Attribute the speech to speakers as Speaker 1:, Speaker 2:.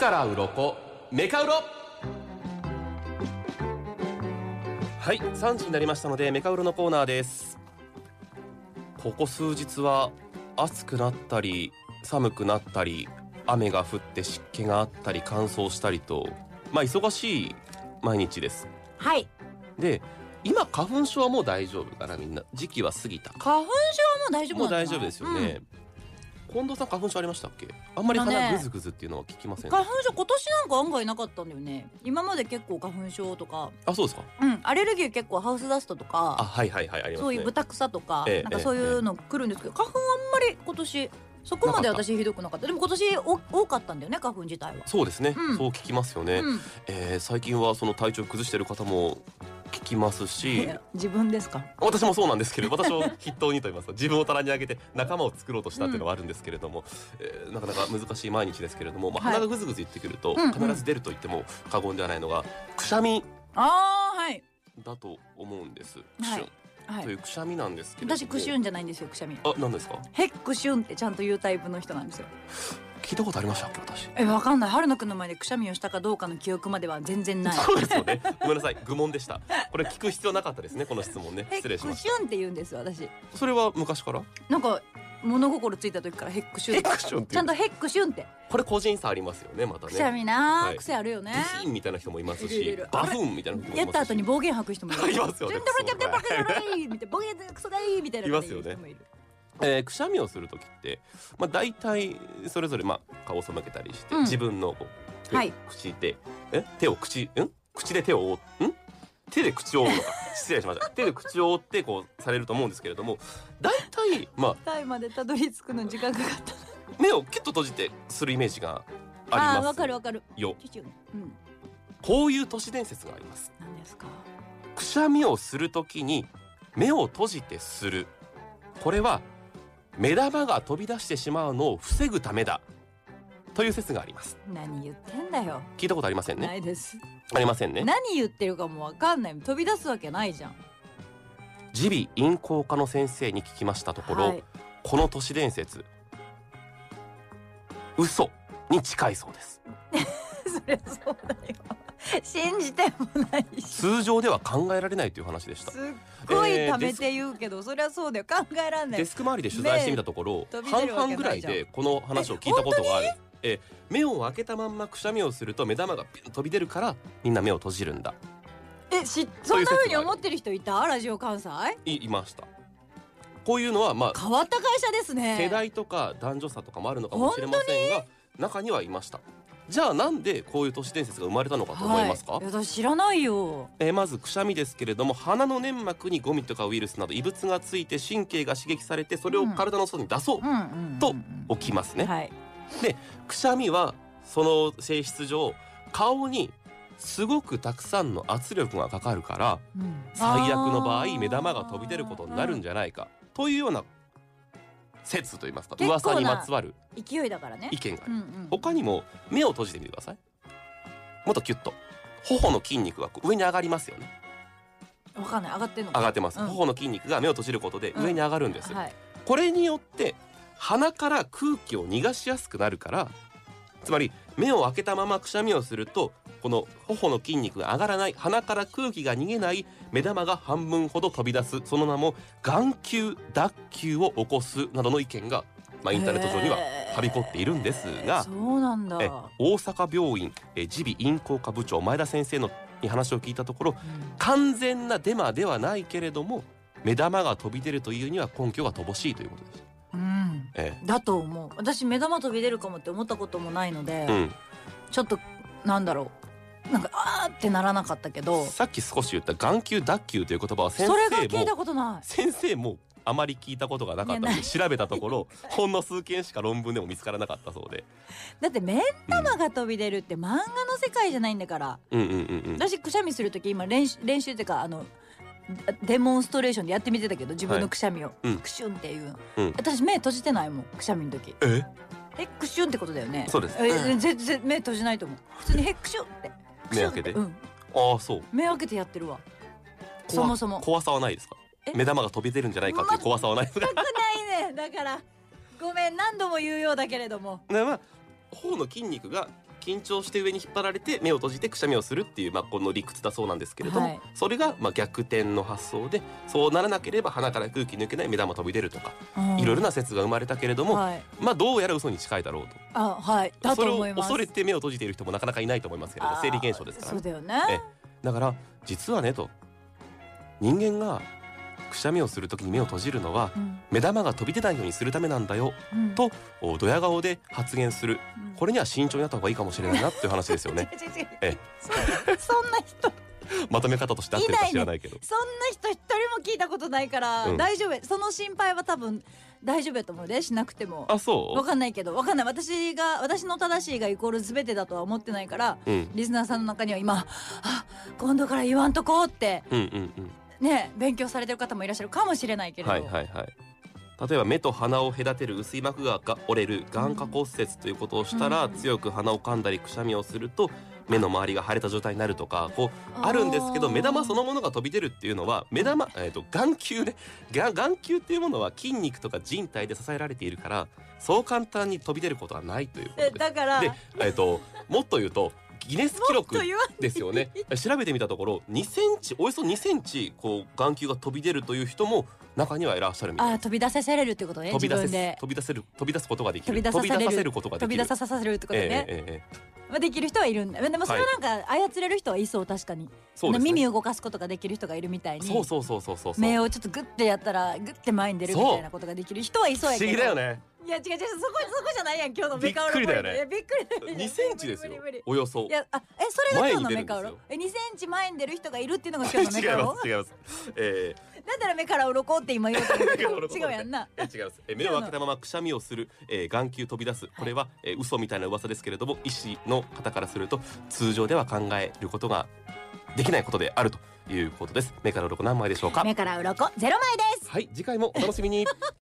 Speaker 1: から鱗メカウロはい3時になりましたのでメカウロのコーナーですここ数日は暑くなったり寒くなったり雨が降って湿気があったり乾燥したりとまあ忙しい毎日です
Speaker 2: はい
Speaker 1: で今花粉症はもう大丈夫かなみんな時期は過ぎた
Speaker 2: 花粉症はもう大丈夫
Speaker 1: もう
Speaker 2: なん
Speaker 1: 大丈夫ですよ
Speaker 2: うん
Speaker 1: ね、近藤さん花粉症ありましたっけあんまり
Speaker 2: だ
Speaker 1: 鼻
Speaker 2: ね
Speaker 1: グズグズっていうのは聞きません、
Speaker 2: 花粉症今年なんか案外なかったんだよね今まで結構花粉症とか
Speaker 1: あそうですか
Speaker 2: うんアレルギー結構ハウスダストと
Speaker 1: あ
Speaker 2: か
Speaker 1: はいはいはいありますね
Speaker 2: そういう豚草とか、
Speaker 1: ええ
Speaker 2: なんかそういうの来るんですけど、花粉はあんまり今年そこまで
Speaker 1: なかった
Speaker 2: 私ひどくなかったでも今年お多かったんだよね花粉自体は、
Speaker 1: そうですね、
Speaker 2: うん
Speaker 1: そう聞きますよね、
Speaker 2: うん
Speaker 1: えー最近はその体調崩してる方も聞きますし
Speaker 2: 自分ですか
Speaker 1: 私もそうなんですけ れど私を筆頭にと言いますか自分を棚に上げて仲間を作ろうとしたっていうのはあるんですけれども、えーなかなか難しい毎日ですけれども、まあ、
Speaker 2: はい
Speaker 1: 鼻がぐずぐず言ってくると
Speaker 2: うんうん
Speaker 1: 必ず出ると言っても過言ではないのがくしゃみ
Speaker 2: ああはい
Speaker 1: だと思うんです、
Speaker 2: はい
Speaker 1: くしゅん
Speaker 2: は
Speaker 1: と
Speaker 2: い
Speaker 1: いうくしゃみなんですけれども
Speaker 2: 私クシュンじゃないんですよくしゃみ
Speaker 1: あ何ですか
Speaker 2: ヘックシュンってちゃんと言うタイプの人なんですよ
Speaker 1: 聞いたことありましたっけ私
Speaker 2: えわかんない春野くんの前でくしゃみをしたかどうかの記憶までは全然ない
Speaker 1: そうですよねごめんなさい愚問でしたこれ聞く必要なかったですねこの質問ね
Speaker 2: ヘ
Speaker 1: 失礼
Speaker 2: ッ
Speaker 1: しま
Speaker 2: ク
Speaker 1: し
Speaker 2: シュンって言うんですよ私
Speaker 1: たそれは昔から
Speaker 2: なんか物心ついた時からヘックシュン
Speaker 1: ヘックシュンって
Speaker 2: ちゃんとヘックシュンって
Speaker 1: これ個人差ありますよねまた
Speaker 2: くしゃ
Speaker 1: ね
Speaker 2: みなあ、
Speaker 1: はい
Speaker 2: 癖あるよね
Speaker 1: ブヒンみたいな人もいます
Speaker 2: いるい
Speaker 1: し
Speaker 2: る
Speaker 1: バフンみたいな人もいますし
Speaker 2: やった後に暴言吐く人もいる
Speaker 1: いますよね
Speaker 2: ちょっと待ってバカだろいみたいな暴言クソがいいみたいな感じで言う人もいる
Speaker 1: えーくしゃみをする時って、まあ、大体それぞれ、まあ、顔を背けたりして、
Speaker 2: うん
Speaker 1: 自分のこう手
Speaker 2: はい
Speaker 1: 口でえ手を口ん口で手を覆うん手で口を覆うのか 失礼しました手で口を覆ってこうされると思うんですけれども大体、ま
Speaker 2: タイまでたどり着くのに時間かかった
Speaker 1: あ、目をキュッと閉じてするイメージが
Speaker 2: あ
Speaker 1: あ
Speaker 2: あー
Speaker 1: り
Speaker 2: わ
Speaker 1: ます
Speaker 2: かるわかる
Speaker 1: よ
Speaker 2: キュキュンうん
Speaker 1: こういう都市伝説があります
Speaker 2: 何ですか
Speaker 1: くしゃみをするときに目を閉じてするこれは目玉が飛び出してしまうのを防ぐためだという説があります
Speaker 2: 何言ってんだよ
Speaker 1: 聞いたことありませんね
Speaker 2: ないです
Speaker 1: ありませんね
Speaker 2: 何言ってるかもわかんない飛び出すわけないじゃん
Speaker 1: 耳鼻咽喉科の先生に聞きましたところ、
Speaker 2: はい
Speaker 1: この都市伝説嘘に近いそうです
Speaker 2: そりゃそうだよ信じてもないし
Speaker 1: 通常では考えられないという話でした
Speaker 2: すっごい
Speaker 1: えー
Speaker 2: ためて言うけど、そりゃそうだよ考えらんない
Speaker 1: デスク周りで取材してみたところ
Speaker 2: 飛び出
Speaker 1: 半
Speaker 2: るわ
Speaker 1: 々
Speaker 2: け
Speaker 1: ぐ
Speaker 2: な
Speaker 1: ら
Speaker 2: い
Speaker 1: い
Speaker 2: じゃん
Speaker 1: でこの話を聞いたことがあるええ目を開けたまんまくしゃみをすると目玉がピュン飛び出るからみんな目を閉じるんだ
Speaker 2: えし
Speaker 1: そ
Speaker 2: そ
Speaker 1: いう説もあ
Speaker 2: うんな
Speaker 1: る
Speaker 2: 風に思ってる人いたラジオ関西
Speaker 1: いいましたこういうのはまあ
Speaker 2: 変わった会社ですね
Speaker 1: 世代とか男女差とかもあるのかもしれませんが中にはいましたじゃあなんでこういう都市伝説が生まれたのかと思いますか、
Speaker 2: はい、や私知らないよ
Speaker 1: えーまずくしゃみですけれども鼻の粘膜にゴミとかウイルスなど異物がついて神経が刺激されてそれを体の外に出そう
Speaker 2: うんうんうん
Speaker 1: と起きますね、
Speaker 2: はい
Speaker 1: くしゃみはその性質上顔にすごくたくさんの圧力がかかるから
Speaker 2: うん
Speaker 1: 最悪の場合目玉が飛び出ることになるん
Speaker 2: じ
Speaker 1: じゃないかというような説といいますか
Speaker 2: 結構な
Speaker 1: 噂にまつわる
Speaker 2: ゃ勢いだからね
Speaker 1: 意見があ
Speaker 2: う
Speaker 1: る
Speaker 2: んうん
Speaker 1: 他にも目を閉じてみてくださいもっとキュッと頬の筋肉がこう上に上がりますよね
Speaker 2: わかんない上がってんのか
Speaker 1: 上がってます、
Speaker 2: うん
Speaker 1: 頬の筋肉が目を閉じることで
Speaker 2: うん
Speaker 1: 上に上がるんです、
Speaker 2: はい
Speaker 1: これによって鼻から空気を逃がしやすくなるからつまり目を開けたままくしゃみをするとこの頬の筋肉が上がらない鼻から空気が逃げない目玉が半分ほど飛び出すその名も眼球脱臼を起こすなどの意見が、まあ、インターネット上には
Speaker 2: へー
Speaker 1: はびこっているんですが
Speaker 2: そうなんだ、
Speaker 1: え大阪病院え耳鼻咽喉科部長前田先生のに話を聞いたところ
Speaker 2: うん
Speaker 1: 完全なデマではないけれども目玉が飛び出るというには根拠が乏しいということです。
Speaker 2: うん
Speaker 1: ええ
Speaker 2: だと思う私目玉飛び出るかもって思ったこともないので、
Speaker 1: うん、
Speaker 2: ちょっとなんだろうなんかあーってならなかったけど
Speaker 1: さっき少し言った眼球脱臼という言葉は
Speaker 2: そ
Speaker 1: 先
Speaker 2: れが聞
Speaker 1: 生
Speaker 2: いた
Speaker 1: も
Speaker 2: ことない
Speaker 1: 先生もあまり聞いたことがなかったの
Speaker 2: いやな
Speaker 1: で調べたところ ほんの数件しか論文でも見つからなかったそうで、
Speaker 2: だって目
Speaker 1: うん、
Speaker 2: 玉が飛び出るって漫画の世界じゃないんだから
Speaker 1: うんうんうんうん
Speaker 2: 私くしゃみする時今練習練習っていうかあのデモンストレーションでやってみてたけど自分のくしゃみを、
Speaker 1: うん
Speaker 2: クシュンっていうの、
Speaker 1: うん
Speaker 2: 私目閉じてないもんくしゃみの時
Speaker 1: え
Speaker 2: えクシュンってことだよね
Speaker 1: そうです
Speaker 2: え全然目閉じないと思う普通にへクシュンって
Speaker 1: 目開けて
Speaker 2: うん、
Speaker 1: ああそう
Speaker 2: 目開けてやってるわ
Speaker 1: 怖
Speaker 2: そもそも
Speaker 1: 怖さはないですか
Speaker 2: え
Speaker 1: 目玉が飛び出るんじゃないかという怖さはないですか
Speaker 2: ないねだからごめん何度も言うようだけれども
Speaker 1: でまあ頬の筋肉が緊張して上に引っ張られて目を閉じてくしゃみをするっていう、まあ、この理屈だそうなんですけれども、
Speaker 2: はい
Speaker 1: それがまあ逆転の発想でそうならなければ鼻から空気抜けない目玉飛び出るとかいろいろな説が生まれたけれども、
Speaker 2: はい、
Speaker 1: まあどうやら嘘に近いだろうと
Speaker 2: あはいだと
Speaker 1: それを
Speaker 2: 思います
Speaker 1: 恐れて目を閉じている人もなかなかいないと思いますけれど
Speaker 2: あー
Speaker 1: 生理現象ですから
Speaker 2: そ
Speaker 1: ね
Speaker 2: うだよね
Speaker 1: えだから実はねと人間がくしゃみをするときに目を閉じるのは
Speaker 2: うん
Speaker 1: 目玉が飛び出ないようにするためなんだよ
Speaker 2: うん
Speaker 1: とおドヤ顔で発言する
Speaker 2: うん
Speaker 1: これには慎重になった方がいいかもしれないなっていう話ですよ ね
Speaker 2: 違う違う違う
Speaker 1: ええ
Speaker 2: そそんな人
Speaker 1: まとめ方として合ってるか知らないけど
Speaker 2: そんな人一人も聞いたことないから、
Speaker 1: うん
Speaker 2: 大丈夫やその心配は多分大丈夫やと思うでしなくても
Speaker 1: あ
Speaker 2: わ
Speaker 1: そ
Speaker 2: かんないけどわかんない私が私の正しいがイコール全てだとは思ってないから
Speaker 1: ううん
Speaker 2: リスナーさんの中には今あ今度から言わんとこうって
Speaker 1: うんうんうん
Speaker 2: ね勉強されてる方もいらっしゃるかもしれないけれど、
Speaker 1: はいはいはい例えば目と鼻を隔てる薄い膜がが折れる眼下骨折ということをしたら、
Speaker 2: うん
Speaker 1: 強く鼻を噛んだりくしゃみをすると目の周りが腫れた状態になるとかこうあるんですけど目玉そのものが飛び出るっていうのは目玉、えー、と眼球ねが眼球っていうものは筋肉とか人体で支えられているからそう簡単に飛び出ることはないということ
Speaker 2: え
Speaker 1: です。
Speaker 2: だから
Speaker 1: で、えー、ともっと言うとギネス記録
Speaker 2: と言わ
Speaker 1: ですよ ね調べてみたところ2センチおよそ2センチこう眼球が飛び出るという人も中にはいらっしゃるみたい
Speaker 2: あ
Speaker 1: です
Speaker 2: 飛び出させれるってことね
Speaker 1: 飛び
Speaker 2: 自
Speaker 1: 出
Speaker 2: 分
Speaker 1: せ
Speaker 2: で
Speaker 1: 飛び出せる飛び出すことができる
Speaker 2: 飛び出さされる
Speaker 1: ことがで
Speaker 2: 飛
Speaker 1: き
Speaker 2: び
Speaker 1: る
Speaker 2: 出ささせるってこと
Speaker 1: ええ
Speaker 2: ね、
Speaker 1: ええええ
Speaker 2: まあ、できる人はいるんだでもそれはなんか操れる人はいそう確かに、
Speaker 1: そうですね
Speaker 2: 耳を動かすことができる人がいるみたいに
Speaker 1: そうそうそうそうそうそう
Speaker 2: 目をちょっとグッてやったらグッて前に出るみたいなことができる人はい
Speaker 1: 不
Speaker 2: そう
Speaker 1: 思
Speaker 2: やけど
Speaker 1: 議だよね
Speaker 2: いや違う違うそこそこじゃないやん今日のメカオロポイン
Speaker 1: びっくり
Speaker 2: ト
Speaker 1: だよね
Speaker 2: いやびっくりだよね
Speaker 1: 2センチですよ
Speaker 2: 無理無理無理
Speaker 1: およそ
Speaker 2: いやあえそれが今日のメカオ
Speaker 1: 前
Speaker 2: ロ
Speaker 1: に
Speaker 2: え2センチ前に出る人がいるっていうのが
Speaker 1: 違
Speaker 2: 今
Speaker 1: い
Speaker 2: 日
Speaker 1: ます
Speaker 2: のメカオロ
Speaker 1: 違いますえ
Speaker 2: なんだら目から鱗って今言おうと 思ったけど違うやんな
Speaker 1: ええ違いますえ目を開けたままくしゃみをする、えー眼球飛び出すこれは、えー嘘みたいな噂ですけれども医師の方からすると通常では考えることができないことであるということです目から鱗何枚でしょうか
Speaker 2: 目から鱗ゼロ枚です
Speaker 1: はい次回もお楽しみに